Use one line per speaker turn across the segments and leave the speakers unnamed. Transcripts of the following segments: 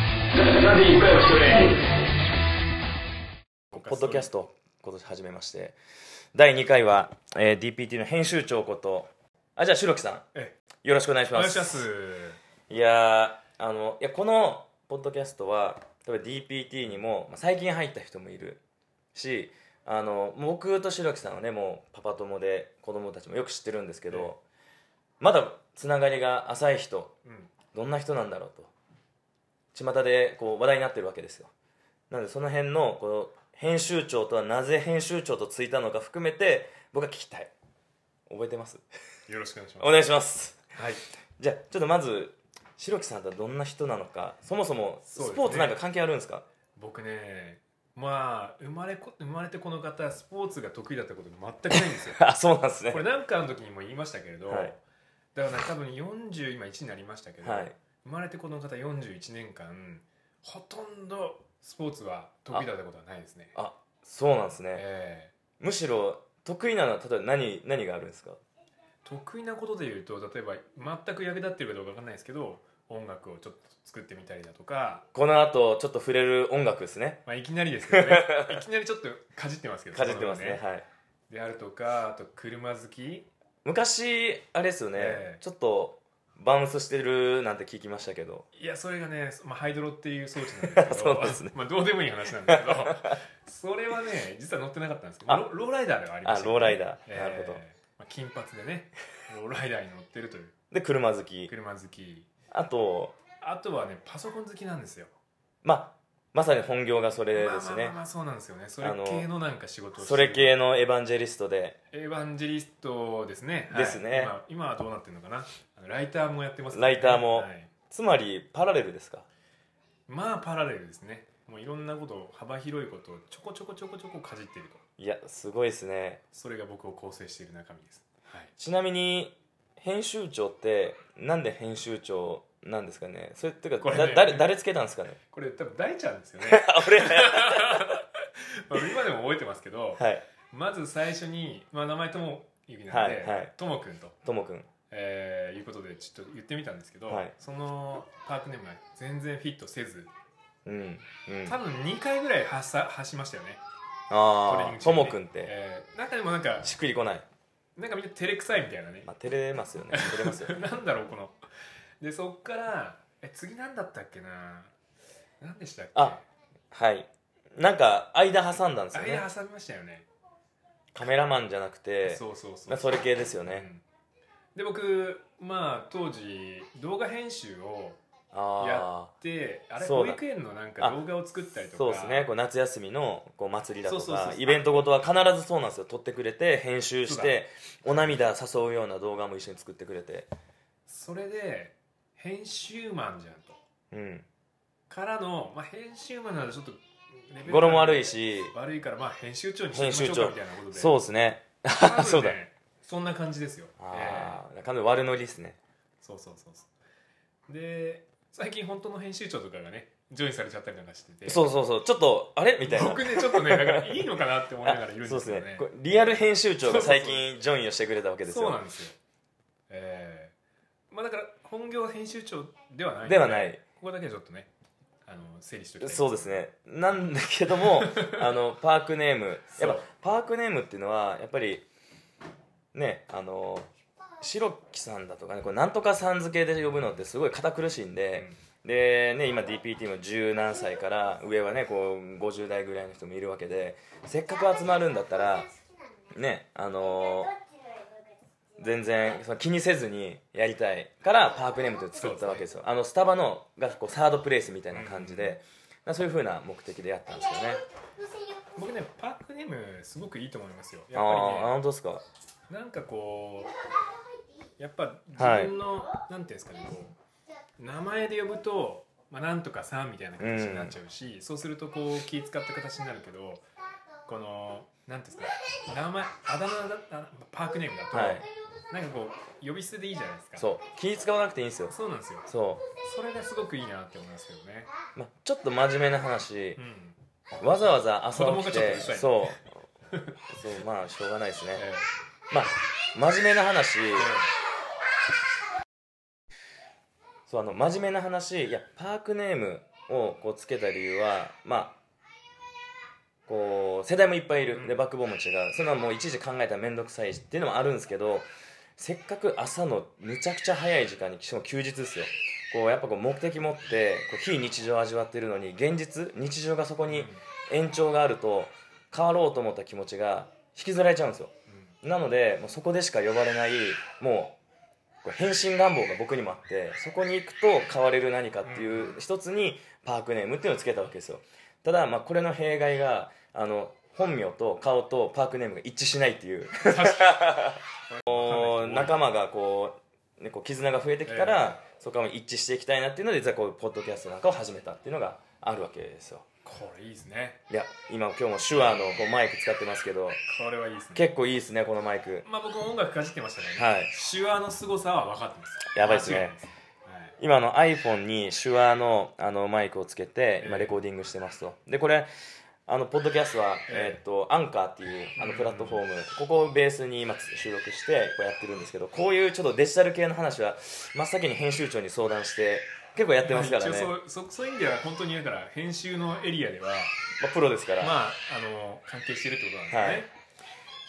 Nothing but strength.
ポッドキャスト今年始めまして第2回は、えー DPT の編集長ことあじゃあ白木さん
え
よろしくお願いし
お
ます
願いします
いやーあのいやこのポッドキャストは例えば DPT にも、まあ、最近入った人もいるしあの僕と白木さんはねもうパパ友で子供たちもよく知ってるんですけ
ええ
どまだつながりが浅い人
うん
どんな人なんだろうと巷でこう話題になってるわけですよなのでその辺のこの編集長とはなぜ編集長とついたのか含めて僕は聞きたい覚えてます
よろしくお願いします
お願いします
はい
じゃあちょっとまず白木さんとはどんな人なのかそもそも
そうです
ス
ね
ポーツなんか関係あるんですか
僕ねまあ生まれこ生まれてこの方スポーツが得意だったこと全くないんですよ
あそうなんですね
これ何かの時にも言いましたけれど、
はい
だから、ね、多分40今1になりましたけど、
はい
生まれてこの方41年間ほとんどスポーツは得意だったことはないですね
あそうなんですね
ええ
むしろ得意なのは例えば何何があるんですか
得意なことで言うと例えば全く役立ってるかどうかわかんないですけど音楽をちょっと作ってみたりだとか
この後ちょっと触れる音楽ですね
まあ、いきなりですけど ねいきなりちょっとかじってますけど
かじってます
その
ね
ね
はい
であるとかあと車好き
昔あれですよね、
ええ
ちょっとバウンスしてるなんて聞きましたけど
いやそれがね、まあ、ハイドロっていう装置なんですけど
そうなんですね
まあ、どうでもいい話なんですけどそれはね実は乗ってなかったんですけど
あ
ロローライダーではありましたけど、
あローライダー
え
なるほど
まあ、金髪でねローライダーに乗ってるという
で車好き
車好き
あと、
あとはねパソコン好きなんですよ
まあ、まさに本業がそれです
まあまあま
ね
あまあそうなんですよねそれ系のなんか仕事をして
そ
る
れ系のエヴァンジェリストで
エヴァンジェリストですね。
ですね
今今はどうなってるのかな。あのライターもやってます、
ライターも
はい
つまりパラレルですか
まあパラレルですね。もういろんなことを幅広いことをちょこちょこちょこちょこかじっていると。
いやすごいですね
それが僕を構成している中身です。はい。
ちなみに編集長ってなんで編集長なんですかねそれっていうか
これ
だ
ね
誰誰つけたんで すかね
これ多分大ちゃんですよね。
あ俺
まあ今でも覚えてますけど、
はい
まず最初にまあ名前ともゆきな
は
の
いはい
で、ともくんと。
ともくん
えーいうことでちょっと言ってみたんですけど、
はい
そのパークネームが全然フィットせず
うんうん
多分2回ぐらい発さ発しましたよねトレーニング中
ああと
にね
もくんって
えー中でもなんか
しっくりこない
なんかみんな照れくさいみたいなね
まあ照れますよね照れますよ
なんだろうこのでそっからえ次なんだったっけな何でしたっけ
あはいなんか間挟んだんです
あ
よ
れ
ね
挟みましたよね、
カメラマンじゃなくて
そうそうそう、
まあそれ系ですよ
う
ね、
んで僕まあ当時動画編集をや
ああ
であれ
そ
保
うだ
育園のなんか動画を作ったりとか
そうですねこう夏休みのこう祭りだとか
そうそうそうそう
イベントごとは必ずそうなんですよ撮ってくれて編集してお涙誘うような動画も一緒に作ってくれて
それで編集マンじゃんと
うん
からの、まあ、編集マンならちょっとレベルが
語呂も悪いし
悪いからまあ編集長にしてみましょうかみたいなことで
そうですね
多分ね
そうだ
そんな感じですよ、え
ああ完全に悪ノリですね
えそうそうそうそうで最近本当の編集長とかがねジョインされちゃったりなんかしてて
そうそうそうちょっとあれみたいな
僕ねちょっとねだからいいのかなって思いながらいるん
そ
で
うですす
よ
ね
ね
これリアル編集長が最近ジョインをしてくれたわけです
そう
よ
なんですよええまあだから本業編集長ではないの
ではない
ここだけはちょっとねあの整理しておきたい
そうですねなんだけど もあのパークネーム
そ
や
う
っぱパークネームっていうのはやっぱりねあの白木さんだとかねこれなんとかさん付けで呼ぶのってすごい堅苦しいん
う
で、
ん
でね今 DPT も十何歳から上はねこう50代ぐらいの人もいるわけでせっかく集まるんだったらねあの全然その気にせずにやりたいからパークネームって作ったわけですよあのスタバのがこうサードプレイスみたいな感じで、だからそういうふうな目的でやったんですよね
僕ねパークネームすごくいいと思いますよや
あ
っぱりね
あー本当ですか
なんかこうやっぱ自
はい
分の、なんていうんですかねこう名前で呼ぶと、まあ、なんとかさんみたいな形になっちゃうし、そうするとこう気使った形になるけどこのなんていうんですか名前あだ名だあパークネームだと、
はい
なんかこう呼び捨てでいいじゃないですか
そう気使わなくていいんですよ
そうなんですよ
そ
それがすごくいいなって思いますけどね、
う、ま、ちょっと真面目な話
うん
わざわざ朝
子供
起き
がちょっとう
て
るさいね
そうそうまあしょうがないですね
え
まあ真面目な話
ええ
そうあの真面目な話いやパークネームをこうつけた理由はまあこう世代もいっぱいいるでバックボーンも違うそういうのはもういちいち考えたら面倒くさいしっていうのもあるんですけどせっかく朝のめちゃくちゃ早い時間にしかも休日ですよこうやっぱこう目的持ってこう非日常を味わってるのに現実日常がそこに延長があると変わろうと思った気持ちが引きずられちゃうんですよなのでもうそこでしか呼ばれないもうこう変身願望が僕にもあってそこに行くと変われる何かっていう一つにパークネームっていうのをつけたわけですよただまあこれの弊害があの本名と顔とパークネームが一致しないっていうこう仲間がこう,、ね、こう絆が増えてきたら、そこはもう一致していきたいなっていうので実はこうポッドキャストなんかを始めたっていうのがあるわけですよ
これいいですね
いや今今日も手話のこうマイク使ってますけど
これはいいですね
結構いいですねこのマイク
まあ僕も音楽かじってましたからね、
はい
手話の凄さは分かってます
やばいっすね
間違ないはい
今あの iPhone に手話のあのマイクをつけて今レコーディングしてますとでこれあのポッドキャストは、
ええ
えーっとアンカーっていうあのプラットフォーム、ここをベースに今収録してこうやってるんですけどこういうちょっとデジタル系の話は真っ先に編集長に相談して結構やってますからね、
一
ま
応そうそそういう意味では本当にだから編集のエリアでは
あ、プロですから、
まああの関係してるってことなんですね、
はい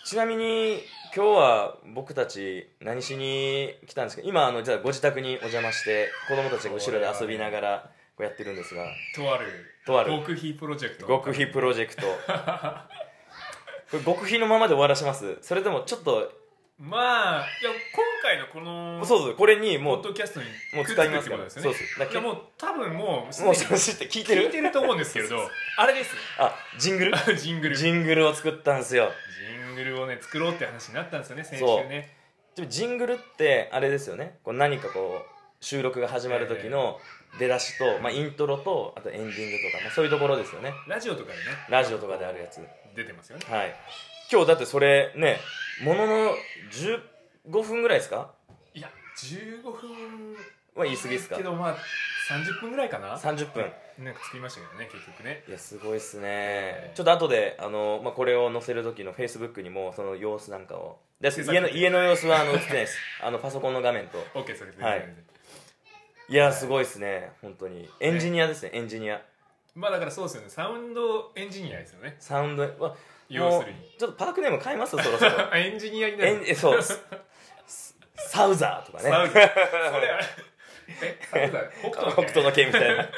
ちなみに今日は僕たち何しに来たんですか今あのじゃあご自宅にお邪魔して子供たちが後ろで遊びながらこうやってるんですが
とある
とある
極秘プロジェクト
極秘プロジェクトこれ極秘のままで終わらしますそれともちょっと
まあいや今回のこの
そうそうこれに
ポ
も
ッ
う
ドキャストに
もう
くっつ
使
く
い
って
ま
こ
す
と
から
ですよ
そう
ね
そうだ
いやもう多分もうすで
もう
に
そうして聞いて
聞い
る
てると思うんですけれどあれです
あジングル
ジングルジ
ジングルを作ったんですよ
ングルをね作ろうって話になったんですよね先週ね
でもジングルってあれですよねこう何かこう収録が始まる時の出だしと、まあ、イントロとあとエンディングとか、まあ、そういうところですよね
ラジオとかでね
ラジオとかであるやつ
出てますよね
はい今日だってそれねものの15分ぐらいですか
いや15分
は言い過ぎですか
けどまあ30分ぐらいかな
30分
なんか作りましたけどね結局ね
いやすごいっすね
えー
ちょっと後であの、まあ、これを載せる時のフェイスブックにもその様子なんかをで
制作
家の家の様子はあの映ってないです あのパソコンの画面と
OK それで、
はいいやすごいっすね本当にエンジニアですねエンジニア
まあだからそうですよねサウンドエンジニアですよね
サウンドは
要するに
もうちょっとパークネーム変えますよそろ そろ
あエンジニアにな
エ
る
ンえそうすすサウザーとかね
サウザーそれあれえサウザー北
北
斗
斗
の
の拳みたいな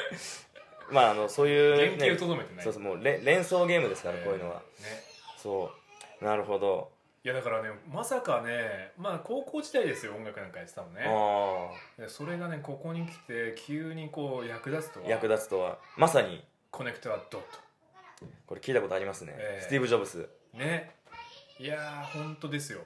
まああのそう
原
いう、
型をとどめてない
そうそうもうれ連想ゲームですからこういうのは、
ね
そうなるほど、
いやだからねまさかねまあ高校時代ですよ音楽なんかやってたのね
あ
でそれがねここに来て急にこう役立つと
あ
は
役立つとはまさに
コネクトはドッ
これ聞いたことありますね、
ええ
スティーブ・ジョブス
トねいやー本当ですよ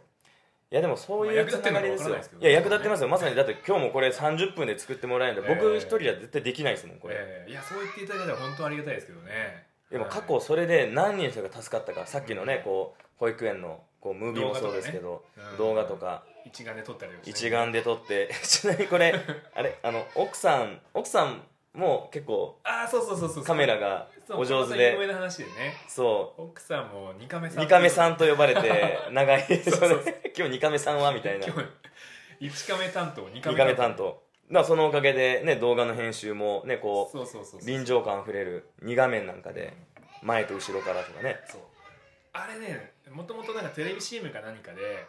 いやでもそう
ま
い
あ
う
役立
つ
って
なん
の
が
か
り
わからない
ですよ、い
ですけどね
や役立ってますよまさにだって今日もこれ30分で作ってもらえるんで、
え
僕
え
一人じゃ絶対できないですもんこれ、
えーいやそう言っていただいたら本当ありがたいですけどね
でも過
は
去それで何人の人が助かったかさっきのね、
うん
こう保育園のこうムービーもそうですけど
いうん
動画とか
一眼で撮ったりはして
一眼で撮って ちなみにこれあれあの奥さん奥さんも結構
ああそうそうそうそう
カメラが
そう
お上手
これ
で
また有名な話でね
そ
奥さんも二カメ
う
さん
2カメさんと呼ばれて長い
そうそうそう
今日2カメさんはみたいな
今日一カメ担当二カ
2
メ
カメ担当だからそのおかげでね動画の編集もねこ
そうそうそう
う
そう
臨場感あふれる2画面なんかで前と後ろからとかね
そうあれねもともとなんかテレビ CM か何かで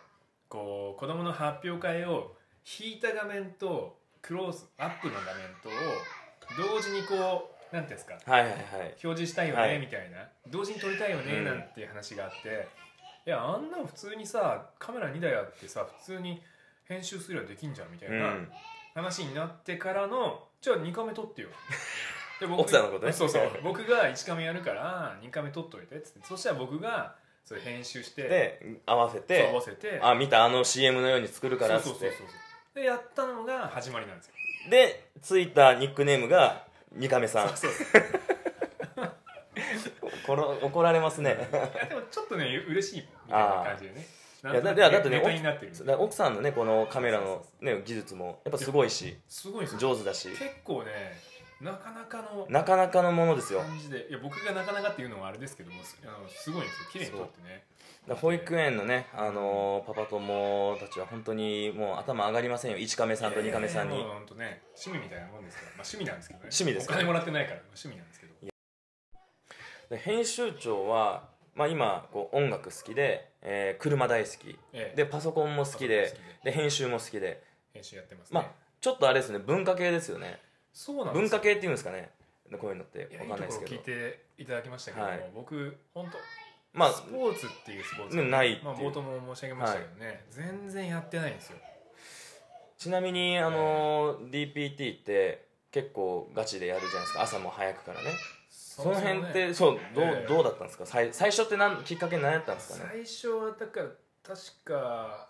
こう子供の発表会を引いた画面とクローズアップの画面とを同時にこうなんていうんですか
はいはいはい
表示したいよね、
はい
みたいな同時に撮りたいよね、
うん
なんていう話があっていやあんなの普通にさカメラ2台あってさ普通に編集すればできんじゃんみたいうなん話になってからのじゃあ2カメ撮 ってよで僕
奥さんのことね
そうそう僕が1カメやるから2カメ撮っといてっつってそしたら僕がそれ編集して
で合わせ
そう
て
合わせて
あ見たあの CM のように作るからっつ
そう
っ
そうそう
て
そうでやったのが始まりなんですよ
でついたニックネームが二カメさん
そうそう
これ怒られますね
いやでもちょっとね嬉しいみたいな感じでね
い
な
や
んとな
だ
く
いやだって
ネ
ね
タになってる
だから奥さんのねこのカメラの、ね、技術もやっぱすごいし
すごいんですよ
上手だし
結構ねなかなかの
なかなかのものですよだか
感じでいや僕がなかなかっていうのはあれですけどもすあのすごいんですよ綺麗に撮ってね
ら保育園のね、あのーパパ友たちは本当にもう頭上がりませんよ1カメさんと2カメさん
い
に
やいやもうほんとね趣味みたいなもんですから、まあ、趣味なんですけどね
趣味です
お金もらってないから趣味なんですけど
で編集長は、まあ、今こう音楽好きで、えー車大好き
ええ
でパソコンも好き
パソ
で
コンも好き
で編集も好きで
編集やってますね、
まあちょっとあれですね文化系ですよね
そうなんですよ
文化系っていうんですかねこういうのって
いやいい
わか
と
んない
こ
です
ろ
け
聞い
ど
ていただきましたけども、
はい
僕本当
まあ
スポーツっていうスポーツ
ねないっていう
まあ、冒頭も申し上げましたけどね、全然やってないんですよ
ちなみにあのー DPT って結構ガチでやるじゃないですか朝も早くからね
そ
その辺っ
もそも
て
ね
そうど
え
う
え
どうだったんですか最最初ってなんきっかけ何やったんですかね
最初はだから確か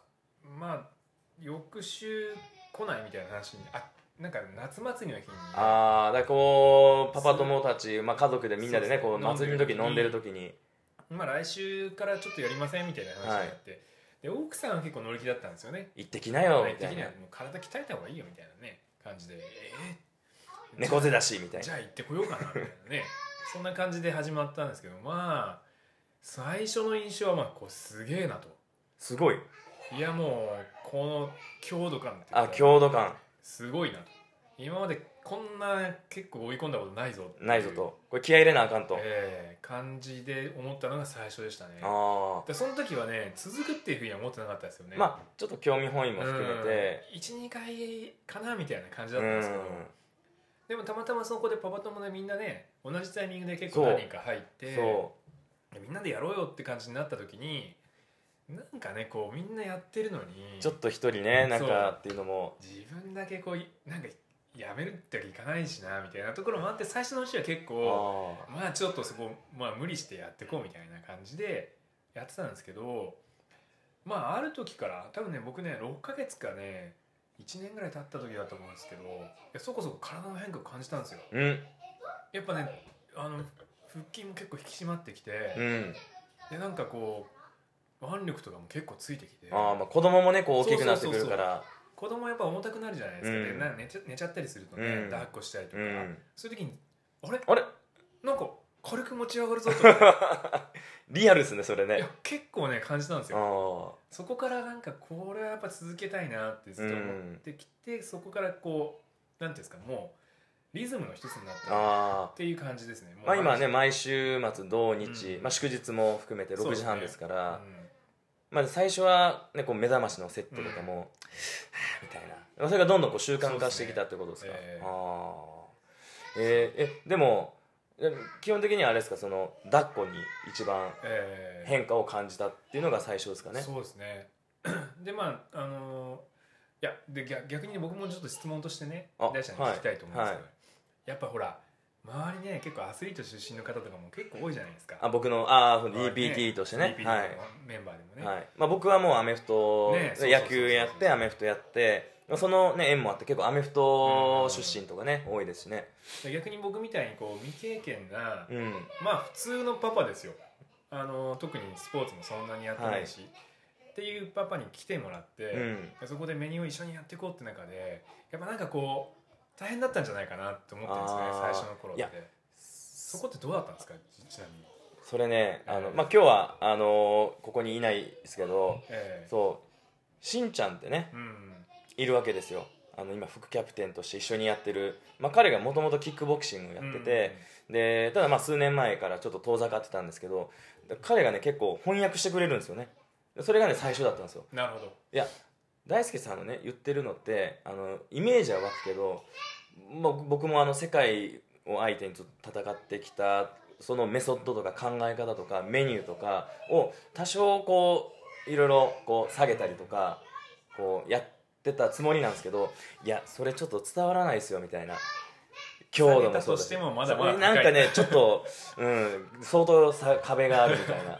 まあ翌週来ないみたいな話にあなんか夏祭りの日に
ああだからこうパパ友たち、まあ、家族でみんなでね
そう
こ
そう
う祭りの時飲んでる時に
まあ来週からちょっとやりませんみたいな話になって、で奥さんは結構乗り気だったんですよね
行ってきなよ
体
みた
的
い
に
な
はもう体鍛えた方がいいよみたいなね感じでえー
猫背だしみたい
じ
な
ゃあ行ってこようかなみたいなね そんな感じで始まったんですけどまあ最初の印象はまあこうすげえなと
すごい
いやもうこの強度感っていうか
あ強度感
すごいなと今までこんな結構追い込んだことないぞってう
ないぞとこれ気合い入れなあかんと、
ええ感じで思ったのが最初でしたね
あ
でその時はね続くっていうふうには思ってなかったですよね
あまあちょっと興味本位も含めて
12回かなみたいな感じだ
う
ったんですけ
ん
どでもたまたまそこでパパ友でみんなね同じタイミングで結
そ
構
う
何人か入って
そ
みんなでやろうよって感じになった時になんかねこうみんなやってるのに
うちょっと一人ねなん
そう
かっていうのも
自分だけこういなんかやめるってわけいかないしなみたいなところもあって最初のうちは結構
ああ
まあちょっとそこ、まあ、無理してやってこうみたいな感じでやってたんですけどまあある時から多分ね僕ね6ヶ月かね1年ぐらい経った時だと思うんですけどいやそこそこ体の変化を感じたんですよ
うん
やっぱねあの腹筋も結構引き締まってきて、
うん
でなんかこう腕力とかも結構ついてきて
ああまあ子供もねこう大きくなってくるから
子供やっぱ重たくなるじゃないですか、
うん
でな寝ちゃ寝ちゃったりするとね、
うん
抱っこしたりとか、
うん
そういう時にあれ
あれ
なんか軽く持ち上がるぞと か
リアルですねそれ
い
ね
や結構ね感じたんです
あ
よ
あ
そこからなんかこれはやっぱ続けたいなってずっと思ってきて、そこからこうなんていうんですかもうリズムの一つになったっ
ああ
ていう感じですねもう
まあ今ね毎週末土日、
うん
まあ、祝日も含めて
そう
6
です
時
ね
半ですから
うん
まあ、最初は、ね、こう目覚ましのセットとかも、はあみたいなまあそれがどんどんこう習慣化してきたってことですか
そうですねええ
あーえーえでもえ基本的にはあれですかその抱っこに一番
えー
変化を感じたっていうのが最初ですかね
そうですね でまああのーいやで逆逆に僕もちょっと質問としてね
あ
大ちゃんに聞きたいと思うんですけど、
はいは
やっぱほら周りね結構アスリート出身の方とかも結構多いじゃないですか
あ僕のあー
まあ
DPT としてね
DPT の
はい、
メンバーでもね、
はいまあ、僕はもうアメフト、
ねそうそうそうそう
野球やってアメフトやってまあその、ね、縁もあって結構アメフト出身とかね、多いですしね
で逆に僕みたいにこう未経験な、
うん
まあ普通のパパですよあのー特にスポーツもそんなにやってないし、っていうパパに来てもらって、
うん
でそこでメニューを一緒にやっていこうって中でやっぱなんかこう大変だったんじゃないかなって思ったんですね
あー
最初の頃っ
い
て
や
そこってどうだったんですかちちなみに、
それねあの、まあ、今日はあのーここにいないですけど
ええ
そうしんちゃんってね
うん
いるわけですよあの今副キャプテンとして一緒にやってる、まあ、彼がもともとキックボクシングをやってて、でただまあ数年前からちょっと遠ざかってたんですけど彼がね結構翻訳してくれるんですよねそれがね最初だったんですよ
うんなるほど
いや大輔さんのね言ってるのってあのイメージは湧くけど、まあ、僕もあの世界を相手にちょっと戦ってきたそのメソッドとか考え方とかメニューとかを多少こういろいろこう下げたりとかこうやってたつもりなんですけどいやそれちょっと伝わらないですよみたいな強度もそ
下げたと
うだ
してもまだまだ
それなんかねちょっと、うん、相当さ壁があるみたいな。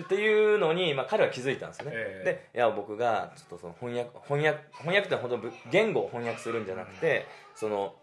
っていうのに、まあ、彼は気づいたんですよね、
ええ
でいや僕がちょっとその翻訳翻訳翻訳ってほんとぶ言語を翻訳するんじゃなくて、その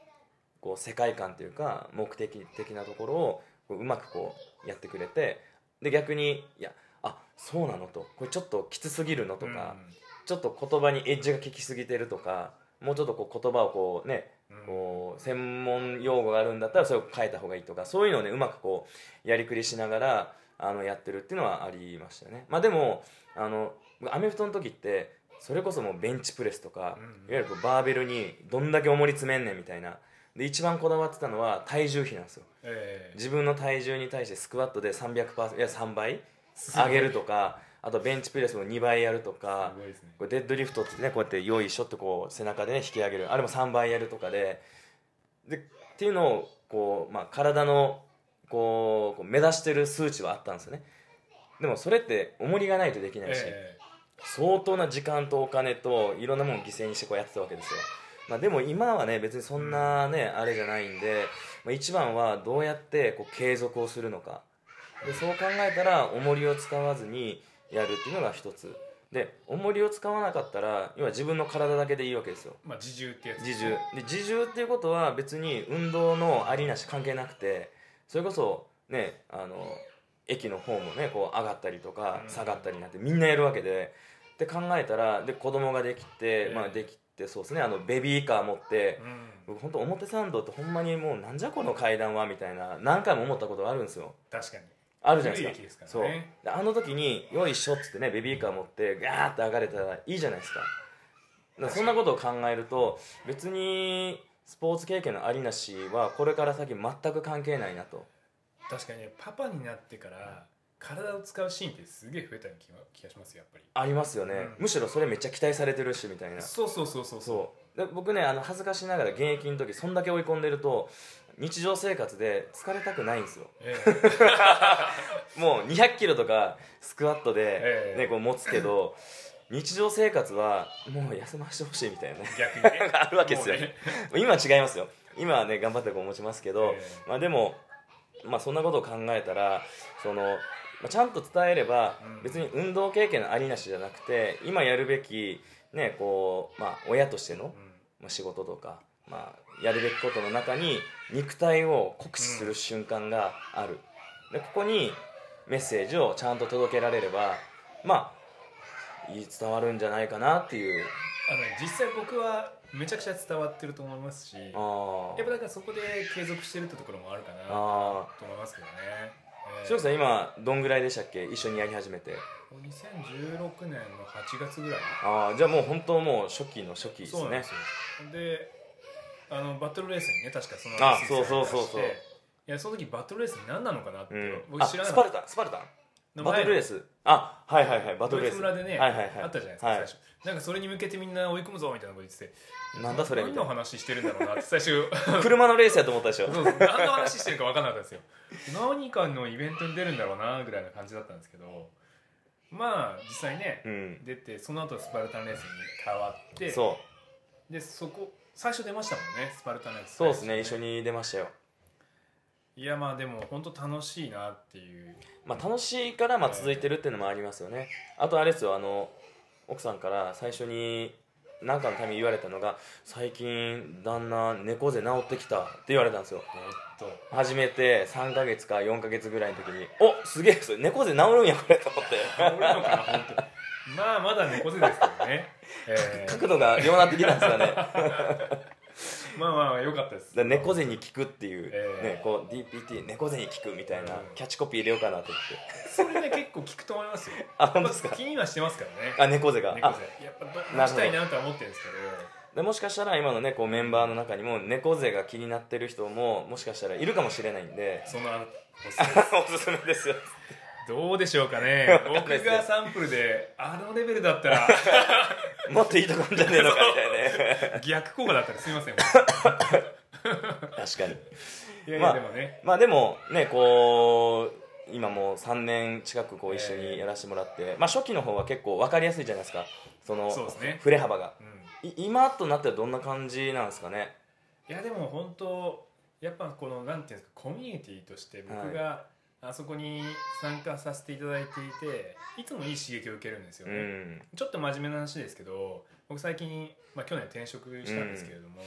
こう世界観というか目的的なところをこううまくこうやってくれてで逆にいやあそうなのとこれちょっときつすぎるのとか、
うん
ちょっと言葉にエッジが効きすぎてるとかもうちょっとこう言葉をこうねこう専門用語があるんだったらそれを変えた方がいいとかそういうのをねうまくこうやりくりしながらあのやってるっていうのはありましたね。まあ、でもあのアメフトの時ってそれこそもうベンチプレスとか、
うん
いわゆるこうバーベルにどんだけ重り詰めんねんみたいなで一番こだわってたのは体重比なんですよ
ええ
自分の体重に対してスクワットで300%いや3倍上げるとかあとベンチプレスも2倍やるとか
すごいですね
これデッドリフトってねこうやってよいしょってこう背中でね引き上げるあれも3倍やるとかででっていうのをこう、まあ、体のこうこう目指してる数値はあったんですよねでもそれって重りがないとできないし、
え
相当な時間とお金といろんなものを犠牲にしてこうやってたわけですよ、まあ、でも今はね別にそんなねあれじゃないんで、まあ、一番はどうやってこう継続をするのかでそう考えたら重りを使わずにやるっていうのが一つで重りを使わなかったら要は自分の体だけでいいわけですよ
えまあ自重ってやつ
自重で自重っていうことは別に運動のありなし関係なくてそれこそねあの駅の方もねこう上がったりとか
うん
下がったりなんてみんなやるわけでって考えたらで子供ができて、
ええ
まあできてそうですねあのベビーカー持って
うん
僕本当表参道ってほんまにもうなんじゃこの階段はみたいな何回も思ったことがあるんですよ
確かに
あるじゃない
古い
で
駅
すか
ですから
そう
ね
であの時に「よいしょ」っつってねベビーカー持ってガーって上がれたらいいじゃないですかだからそんなことを考えると別にスポーツ経験のありなしはこれから先全く関係ないなと
確かにねパパになってから体を使うシーンってすげえ増えたような気が気がしますよやっぱり
ありますよね、
うん
むしろそれめっちゃ期待されてるしみたいな
そうそうそうそうう
そうで僕ねあの恥ずかしながら現役の時そんだけ追い込んでると日常生活で疲れたくないんですよ
ええ
もう2 0 0キロとかスクワット
え
で、
え
ねこう持つけど日常生活はもう休ませてほしいみたいなね
逆に ね
あるわけですよ
もうね
今は違いますよ今はね頑張ってこう持ちますけど、
ええ
まあでも、まあ、そんなことを考えたらその、まあ、ちゃんと伝えれば
うん
別に運動経験のありなしじゃなくて今やるべき、ねこうまあ、親としての
う、ん
まあ、仕事とか、まあ、やるべきことの中に肉体を酷使する瞬間がある、でここにメッセージをちゃんと届けられればまあいい伝わるんじゃないかなっていう
あのね実際僕はめちゃくちゃ伝わってると思いますしやっ
あ
ぱ
ー
だからそこで継続してるってところもあるかな
あー
と思いますけどね、え
白木さ
ん
ん今どんぐらいでしたっけ一緒にやり始めて
2016年の8月ぐらい
ああじゃあもう本当もう初期の初期です
そうなん
ね
ですよであのバトルレースにね確かその
あ
話に参加
そうそうそ
して
うそう
いやその時バトルレースに何なのかなって、
うん、あ
僕
ス
知らな
パ
か
ル
っ
タンスパルタン
た
バトルレースあはいはいはいバ
バ
ト
トルレ
ルレー
ー
ス
ス村でね、
はいはいはい
あったじゃないですか、
はい
最初なんかそれに向けてみんな追い込むぞみたいなこと言ってて
なんだそれみ
何
たい
の
な
話してるんだろうなって最初
車のレースやと思ったでしょ
そうそう何の話してるか分かんなかったんですよ何かのイベントに出るんだろうなぐらいな感じだったんですけどまあ実際ね、
うん
出てその後スパルタンレースに変わって
そう
でそこ最初出ましたもんねスパルタンレース
そうですね一緒に出ましたよ
いやまあでも本当楽しいなっていう
まあ楽しいからまあ続いてるっていうのもありますよねあとあれですよあの奥さんから最初に何かのために言われたのが最近旦那猫背治ってきたって言われたんですよ
えっと
始めて3ヶ月か4ヶ月ぐらいの時におすげえそれ猫背治るんやこれと思っ
治るのかな本当まあまだ猫背ですけどね、え
て
ー
角度が良くなってきたんですかねだ か
まあまあ良かったです
ら猫背に効くっていう、
ええ
ねこう DPT 猫背に効くみたいな
うん
キャッチコピー入れようかなと思って
それね結構効くと思いますよ
あ本当ですか
気にはしてますからね
あ猫背が
猫
あ
背やっぱどうしたいなとは思ってるんですけど
でもしかしたら今のねこうメンバーの中にも猫背が気になってる人ももしかしたらいるかもしれないんで
そのあのおすすめ
おすすめですよ
どうでしょうかね
わかんないで
僕
すね
がサンプルであのレベルだったら
もっといいとこあんじゃねえのかみたい なね
逆効果だったらすみません
確かに
いやい
まあ
やでもね、
まあでもねこう今もう3年近くこう一緒にやらせてもらって、まあ初期の方は結構分かりやすいじゃないですかその
そうですね
振れ幅が
うん、
い今となってはどんな感じなんですかね
いやでも本当やっぱこのなんていうんですかコミュニティとして僕があそこに参加させていただいていていつもいい刺激を受けるんですよ
う
ね、
ん
ちょっと真面目な話ですけど僕最近、まあ、去年転職したんですけれども、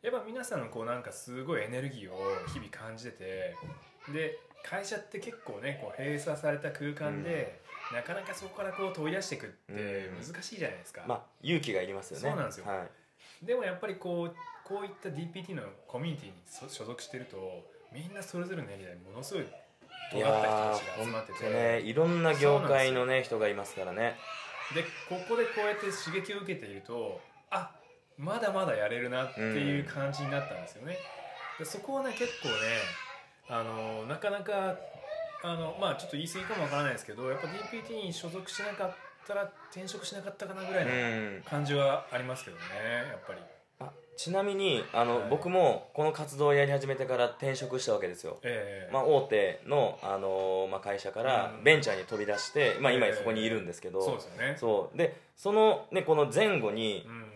やっぱ皆さんのこうなんかすごいエネルギーを日々感じててで会社って結構ねこう閉鎖された空間で、なかなかそこからこう飛び出していくって
うん
難しいじゃないですか、
まあ勇気がいりますよね
そうなんですよ
はい、
でもやっぱりこうこういった DPT のコミュニティに所所属してるとみんなそれぞれのエリアにものすごい
い
尖った
や
人たちが集まって
ー
て
ほんとねいろんな業界のね人がいますからね
でここでこうやって刺激を受けているとあまだまだやれるなっていう感じになったんですよね、でそこはね結構ねあのなかなかあのまあちょっと言い過ぎかもわからないですけどやっぱ DPT に所属しなかったら転職しなかったかなぐら
う
いの
ん
感じはありますけどねやっぱり
あちなみにあの、
はい
僕もこの活動をやり始めてから転職したわけですよ、
ええ
まあ、大手の、あのーまあ、会社から
うん
ベンチャーに飛び出して、まあ、今
ええ
そこにいるんですけど、
そうですよね
そうでその、ね、この前後に
うんうん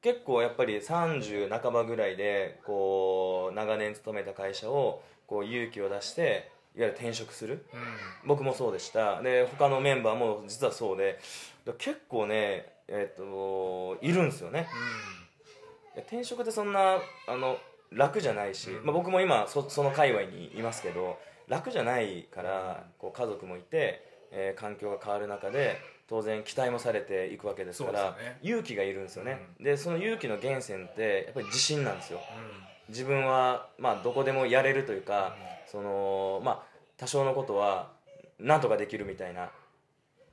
結構やっぱり30半ばぐらいでこう長年勤めた会社をこう勇気を出していわゆる転職する
うん
僕もそうでしたで他のメンバーも実はそうでだから結構ねえっ、といるんですよねいや転職ってそんなあの楽じゃないし、
うん
まあ、僕も今そその界隈にいますけど楽じゃないから
うん
こう家族もいて、えー環境が変わる中で当然期待もされていくわけですから
そうですよね
勇気がいるんですよね、でその勇気の源泉ってやっぱり自信なんですよ
う
自分は、まあ、どこでもやれるというか、そのまあ多少のことはなんとかできるみたいな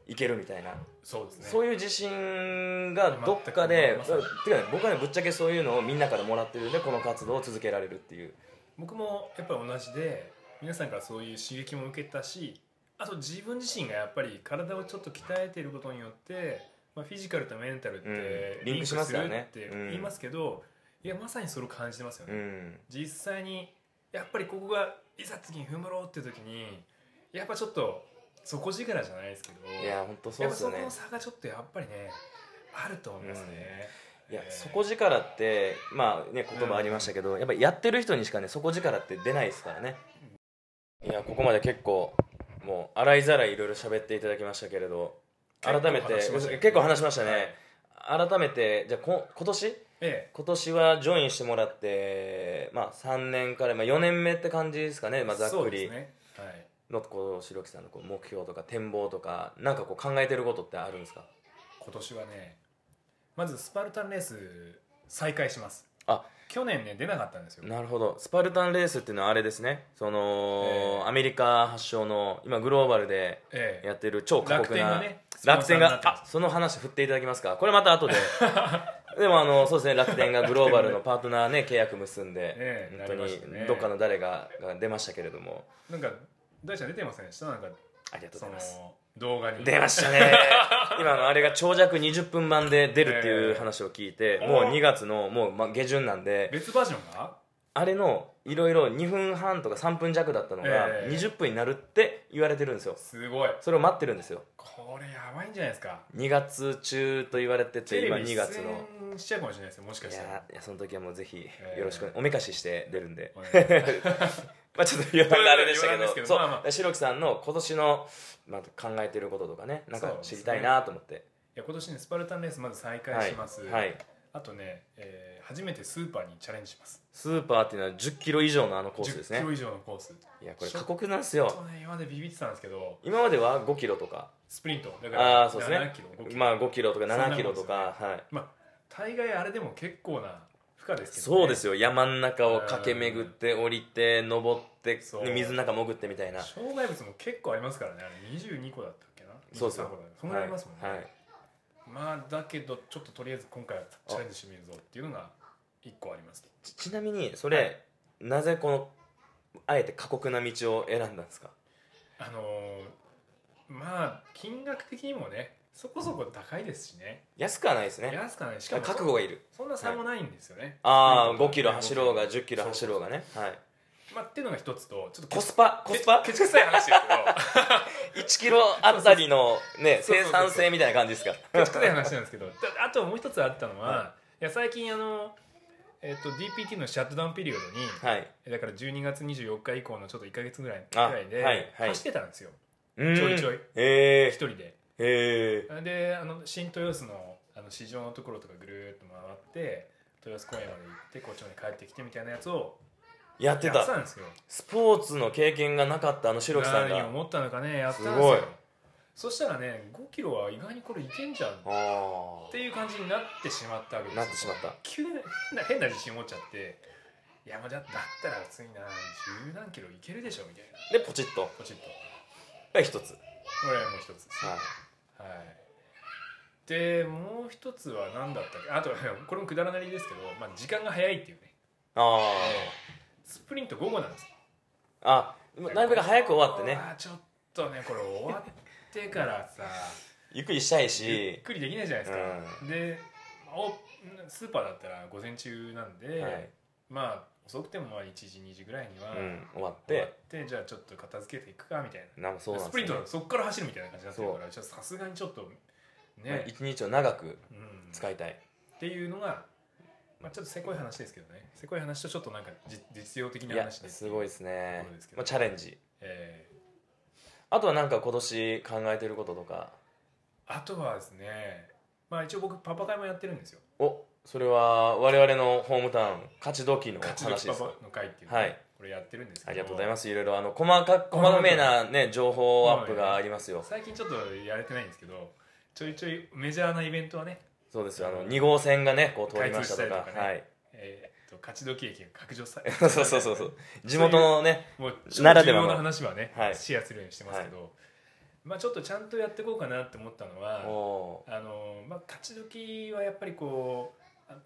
いけるみたいなん
そうですね
そういう自信がどっかで、
全く思いま
てかね、僕はねぶっちゃけそういうのをみんなからもらってるんでこの活動を続けられるっていう
僕もやっぱり同じで皆さんからそういう刺激も受けたしあと自分自身がやっぱり体をちょっと鍛えていることによって、まあ、フィジカルとメンタルって
うんリンクしますから
リン
ね
クするって言いますけど、いやまさにそれを感じてますよ
う
ね、
ん
実際にやっぱりここがいざ次に踏ん張ろうっていう時にやっぱちょっと底力じゃないですけど
いや本当そう
やっぱ
です
そ
よ
こ
ね
の差がちょっとやっぱりねあると思いますね、
いや底力ってまあね言葉ありましたけど、やっぱりやってる人にしかね底力って出ないですからねいやここまで結構もう洗いざらいいろいろ喋っていただきましたけれど改めて
結構話しましたね
結構話しましたね、
はい
改めてじゃあこ今年
ええ
今年はジョインしてもらって、まあ、3年から、まあ、4年目って感じですかね、まあ、ざっ
そう
く
で
り
すねはい
のこう白木さんのこう目標とか展望とかなんかこう考えてることってあるんですか
今年はねまずスパルタンレース再開します
あ
去年ね出なかったんですよ
なるほどスパルタンレースっていうのはあれですねその
え、え
アメリカ発祥の今グローバルで
ええ
やってる超過酷
楽
な
天がね
楽天が
スポンサーになってます
あその話振っていただけますかこれまた 後ででもあのそうですね楽天がグローバルのパートナー ね契約結んで、
ええ
本
なりました
当に、
ね
どっかの誰がが出ましたけれども
なんか大ちゃん出てませんでしたなんか
ありがと
そ
うござい
の
ます
動画に
出ました ね今のあれが長尺20分版で出るっていう話を聞いて、
えー
もう
おー
2月のもうま下旬なんで
別バージョンが
あれのいろいろ2分半とか3分弱だったのが
えー
20分になるって言われてるんですよ
すごい
それを待ってるんですよ
これやばいんじゃないですか
2月中と言われて
テ
て
レ
今
ビ
2
出
月の
演しちゃうかもしれないですよもしか
い
したら
やいやその時はもうぜひ
えー
よろしくおめかしして出るんで、
お願いします
まあちょっと言わないあれでしたけ
言わないです
ど
けど
そう、
まあまあ
白木さんの今年の、まあ、考えてることとかねなんか知りたいなと思って、
いや今年ねスパルタンレースまず再
は
開
い
します、
はい、
あとね、えー初めてスーパーにチャレンジします
スーパーっていうのは1 0キロ以上のあのコースです
10
ね
キロ以上のコース
いやこれ過酷なんですよ
ちょっとね今までビビってたんですけど
今までは5キロとか
スプリントだから
ああーそうですね
7キロ5キロ
まあ5キロとか7キロとか、はい
まあ大概あれでも結構な負荷ですけど、ね、
そうですよ山ん中を駆け巡って降りて登って
そう
ね水の中潜ってみたいな
障害物も結構ありますからねあれ22個だったっけな
そうですよ
23個だねそんなにありますもんね、
はいはい
まあだけどちょっととりあえず今回はチャレンジしてみるぞっていうのが1個あります
ちちなみにそれ、
はい
なぜこのあえて過酷な道を選んだんですか
あのーまあ金額的にもねそこそこ高いですしね
安くはないですね
安くはないしかも
覚悟がいる
そんな差もないんですよね、
あ
という
あ5
こと
キ
で
ロ走ろうが1 0キロ
そう
走ろうがねはい
まあっていうのが一つとちょっと
コスパコスパ
ケチくさい話ですけど
1キロあたりのね
そうそう
生
そう
産性みたいな感じですか
くちゃい話なんですけどだあともう一つあったのは、、
はい
や最近あの、えっと DPT のシャットダウンピリオドに、
はい
えだから12月24日以降のちょっと1か月ぐらいぐ
あ
らいで、
はいはい
走ってたんですよ
うん
ちょいちょい
へ
一
え
人で
へえ
であの新豊洲のあの市場のところとかぐるーっと回って豊洲公園まで行ってこっちまで帰ってきてみたいなやつを
やって
やって
た
たんですよ
スポーツの経験がなかったあの白木さん
何を
が
思ったのかねやったんです
すご
よ
い
そしたらね5キロは意外にこれいけんじゃんっ
ああ
ていう感じになってしまったわけですよ
なってしまった
急な変な変な自信を持っちゃっていやもうだだったらついな十何キロいけるでしょみたいな
でポチッと
ポチッと
が一つ
これはもう一つ
はい
はいでもう一つは何だったっけあと これもくだらないですけど、まあ、時間が早いっていうね
あ
スプリント午後なんですよ
ああなるべく早く終わってね
あーちょっとねこれ終わってからさ
ゆっくりした い
ゆっ
し
くりできないじゃないですか、でおスーパーだったら午前中なんで、
はい
まあ遅くてもまあ1時2時ぐらいには、
うん終わっ
終わっててじゃあちょっと片付けていくかみたいな
なんかそうな
ス
んです
プリン
よ
トだとそこから走るみたいな感じになってるからちょっとさすがにちょっと
ね
ね、
一日を長く
うん、
使
っ
いたい
ていうのが、まあ、ちょっとせこい話ですけどねせこい話とちょっとなんかじ実用的
い
な
や
話です
ごいですね
ところですけど
まあチャレンジ
え
あとはなんか今年考えてることとか
ーあとはですねまあ一応僕パパ会もやってるんですよ
おそれは我々のホームタウン勝どきの
勝ち抜
話で
き
す
パ
か
パの会っていうのを
はい
これやってるんですけど
ありがとうございますいろいろあの細か細かめなね情報アップがありますよ
最近ちょっとやれてないんですけどちょいちょいメジャーなイベントはね、
そうですよあの2号線がねこう通りまし
開通し
たとか
たりとかね
はい
えー、と勝どき駅が拡張さ
そうそうそうそう地元のね
もう
な
な
ら
らで
ではの
はの話はね、
はい
シェアするようにしてますけど、まあちょっとちゃんとやっていこうかなって思ったの
お
は
お
あの、まあ、勝ち時はやっぱりこうあ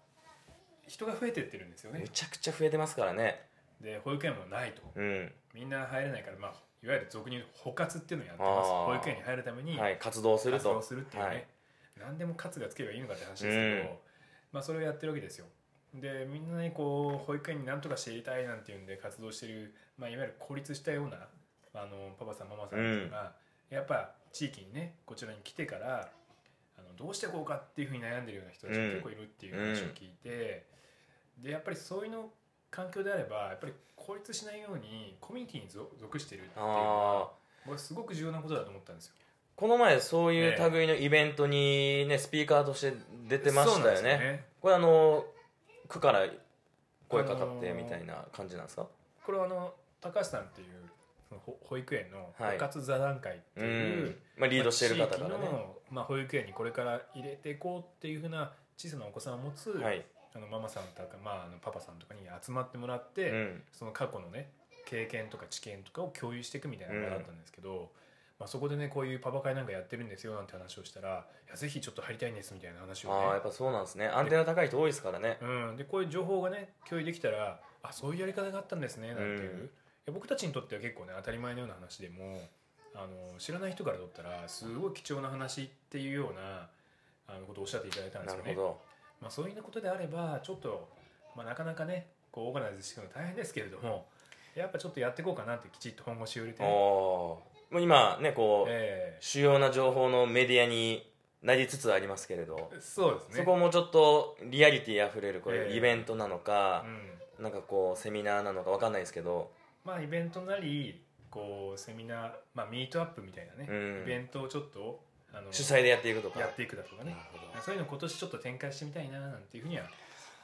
人が増えてってるんですよ
ーめ
ね
ちゃくちゃ増えてますからね
で保育園もないと
うん
みんな入れないから、まあ、いわゆる俗に言う補活っていうのをやって
あ
ます
ー
保育園に入るために
はい活動する
活動
と
するっていうね、
はい
何でも活がつけばいいのかって話ですけど、
うん
まあ、それをやってるわけですよでみんなねこう保育園になんとかしていたいなんていうんで活動してる、まあ、いわゆる孤立したようなあのパパさんママさんっていうのが、やっぱ地域にねこちらに来てからあのどうしてこうかっていうふうに悩んでるような人たちが結構いるっていう話を聞いて、でやっぱりそういうの環境であればやっぱり孤立しないようにコミュニティに属属してるっていうの
あ
は
あ
これすごく重要なことだと思ったんですよ。
この前そういう類のイベントにねスピーカーとして出てましたよ
そうなんです
ねこれあの区から声かかってみたいな感じなんですか
これはあの高橋さんっていうそのほ保育園の
はい
保活座談会って
う
いう、
んまあリードしてる方
ま
から
あ地域
ね
の、まあ、保育園にこれから入れていこうっていうふうな小さなお子さんを持つ、
はい
あのママさんとか、まあ、あのパパさんとかに集まってもらっ
う
て、
ん
その過去のね経験とか知見とかを共有していくみたいなのだったんですけど、まあ、そこでねこういうパパ会なんかやってるんですよなんて話をしたら「いやぜひちょっと入りたいんです」みたいな話を
ああや
ね
っぱそうなんですねアンテナ高い人多いですからね
うん、でこういう情報がね共有できたらあそういうやり方があったんですねなんていう、
うん
いや僕たちにとっては結構ね当たり前のような話でもあの知らない人からとったらすごい貴重な話っていうようなあのことをおっしゃっていただいたんで
な
す
る
よ
ほ
ね。
ど
まあ、そういうようなことであればちょっと、まあ、なかなかねこうオーガナイズしていくの大変ですけれどもやっぱちょっとやっていこうかなってきちっと本腰を入れて、
お
ね
おーもう今ねこう
え
主要な情報のメディアになりつつありますけれど
えそうですね。
そこもちょっとリアリティあふれるこうい
え
う
え
イベントなのか
う、ん
なんかこうセミナーなのかわかんないですけど、
まあイベントなりこうセミナー、まあ、ミートアップみたいなね、
うん
イベントをちょっとあの
主催でやっていくとか
やっていくだとかね
なるほど
そういうの今年ちょっと展開してみたいななんていうふうには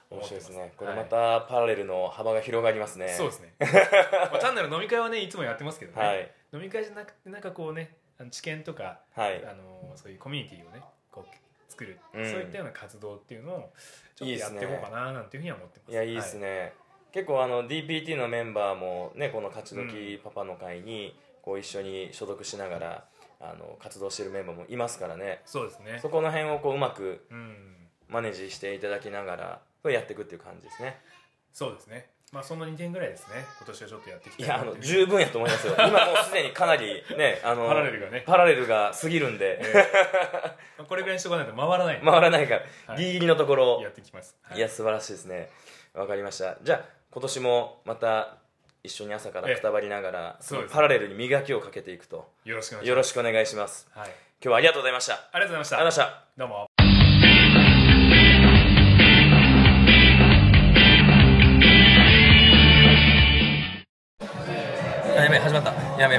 思
面
って
白い
ま
ですすねこれまたパラレルの幅が広がりますね
はいそう ですね、まあ、単なる飲み会はねいつもやってますけどね、
はい
飲み会じゃなくてなんかこうねあの知見とか、
はい
あのそういうコミュニティをねこう作る、
うん
そういったような活動っていうのをちょっと
いいで
や
す
っ
ね
ていこうかななんていうふうには思ってます
いやいいですね、結構あの DPT のメンバーもねこの勝どきパパの会にこう一緒に所属しながらあの活動してるメンバーもいますからね
そうですね
そこの辺をこううまく
うん
マネージしていただきながらそうやっていくっていう感じですね
そうですねまあその2点ぐらいですね今年はちょっとやっていき
い
たい
やあ
な
の
というふうに
十分やと思いますよ今もうすでにかなりねあ の
パラレルがね
パラレルが過ぎるんで
まあこれぐらいにしとかないと回らないんで
回らないから、
はい
ギリギリのところ
やっていきます、はい
いや素晴らしいですねわかりましたじゃあ今年もまた一緒に朝からくたばりながら、
えそうですね
パラレルに磨きをかけていくと
よろしくお願いし
よ
ま
ろしくお願いします
す、はい、
今日はありがとうございましたあ
ありがとうござ
り
い
がと
ま
うご
した
ざいました
どうも
やべえ始まったやべえやべえ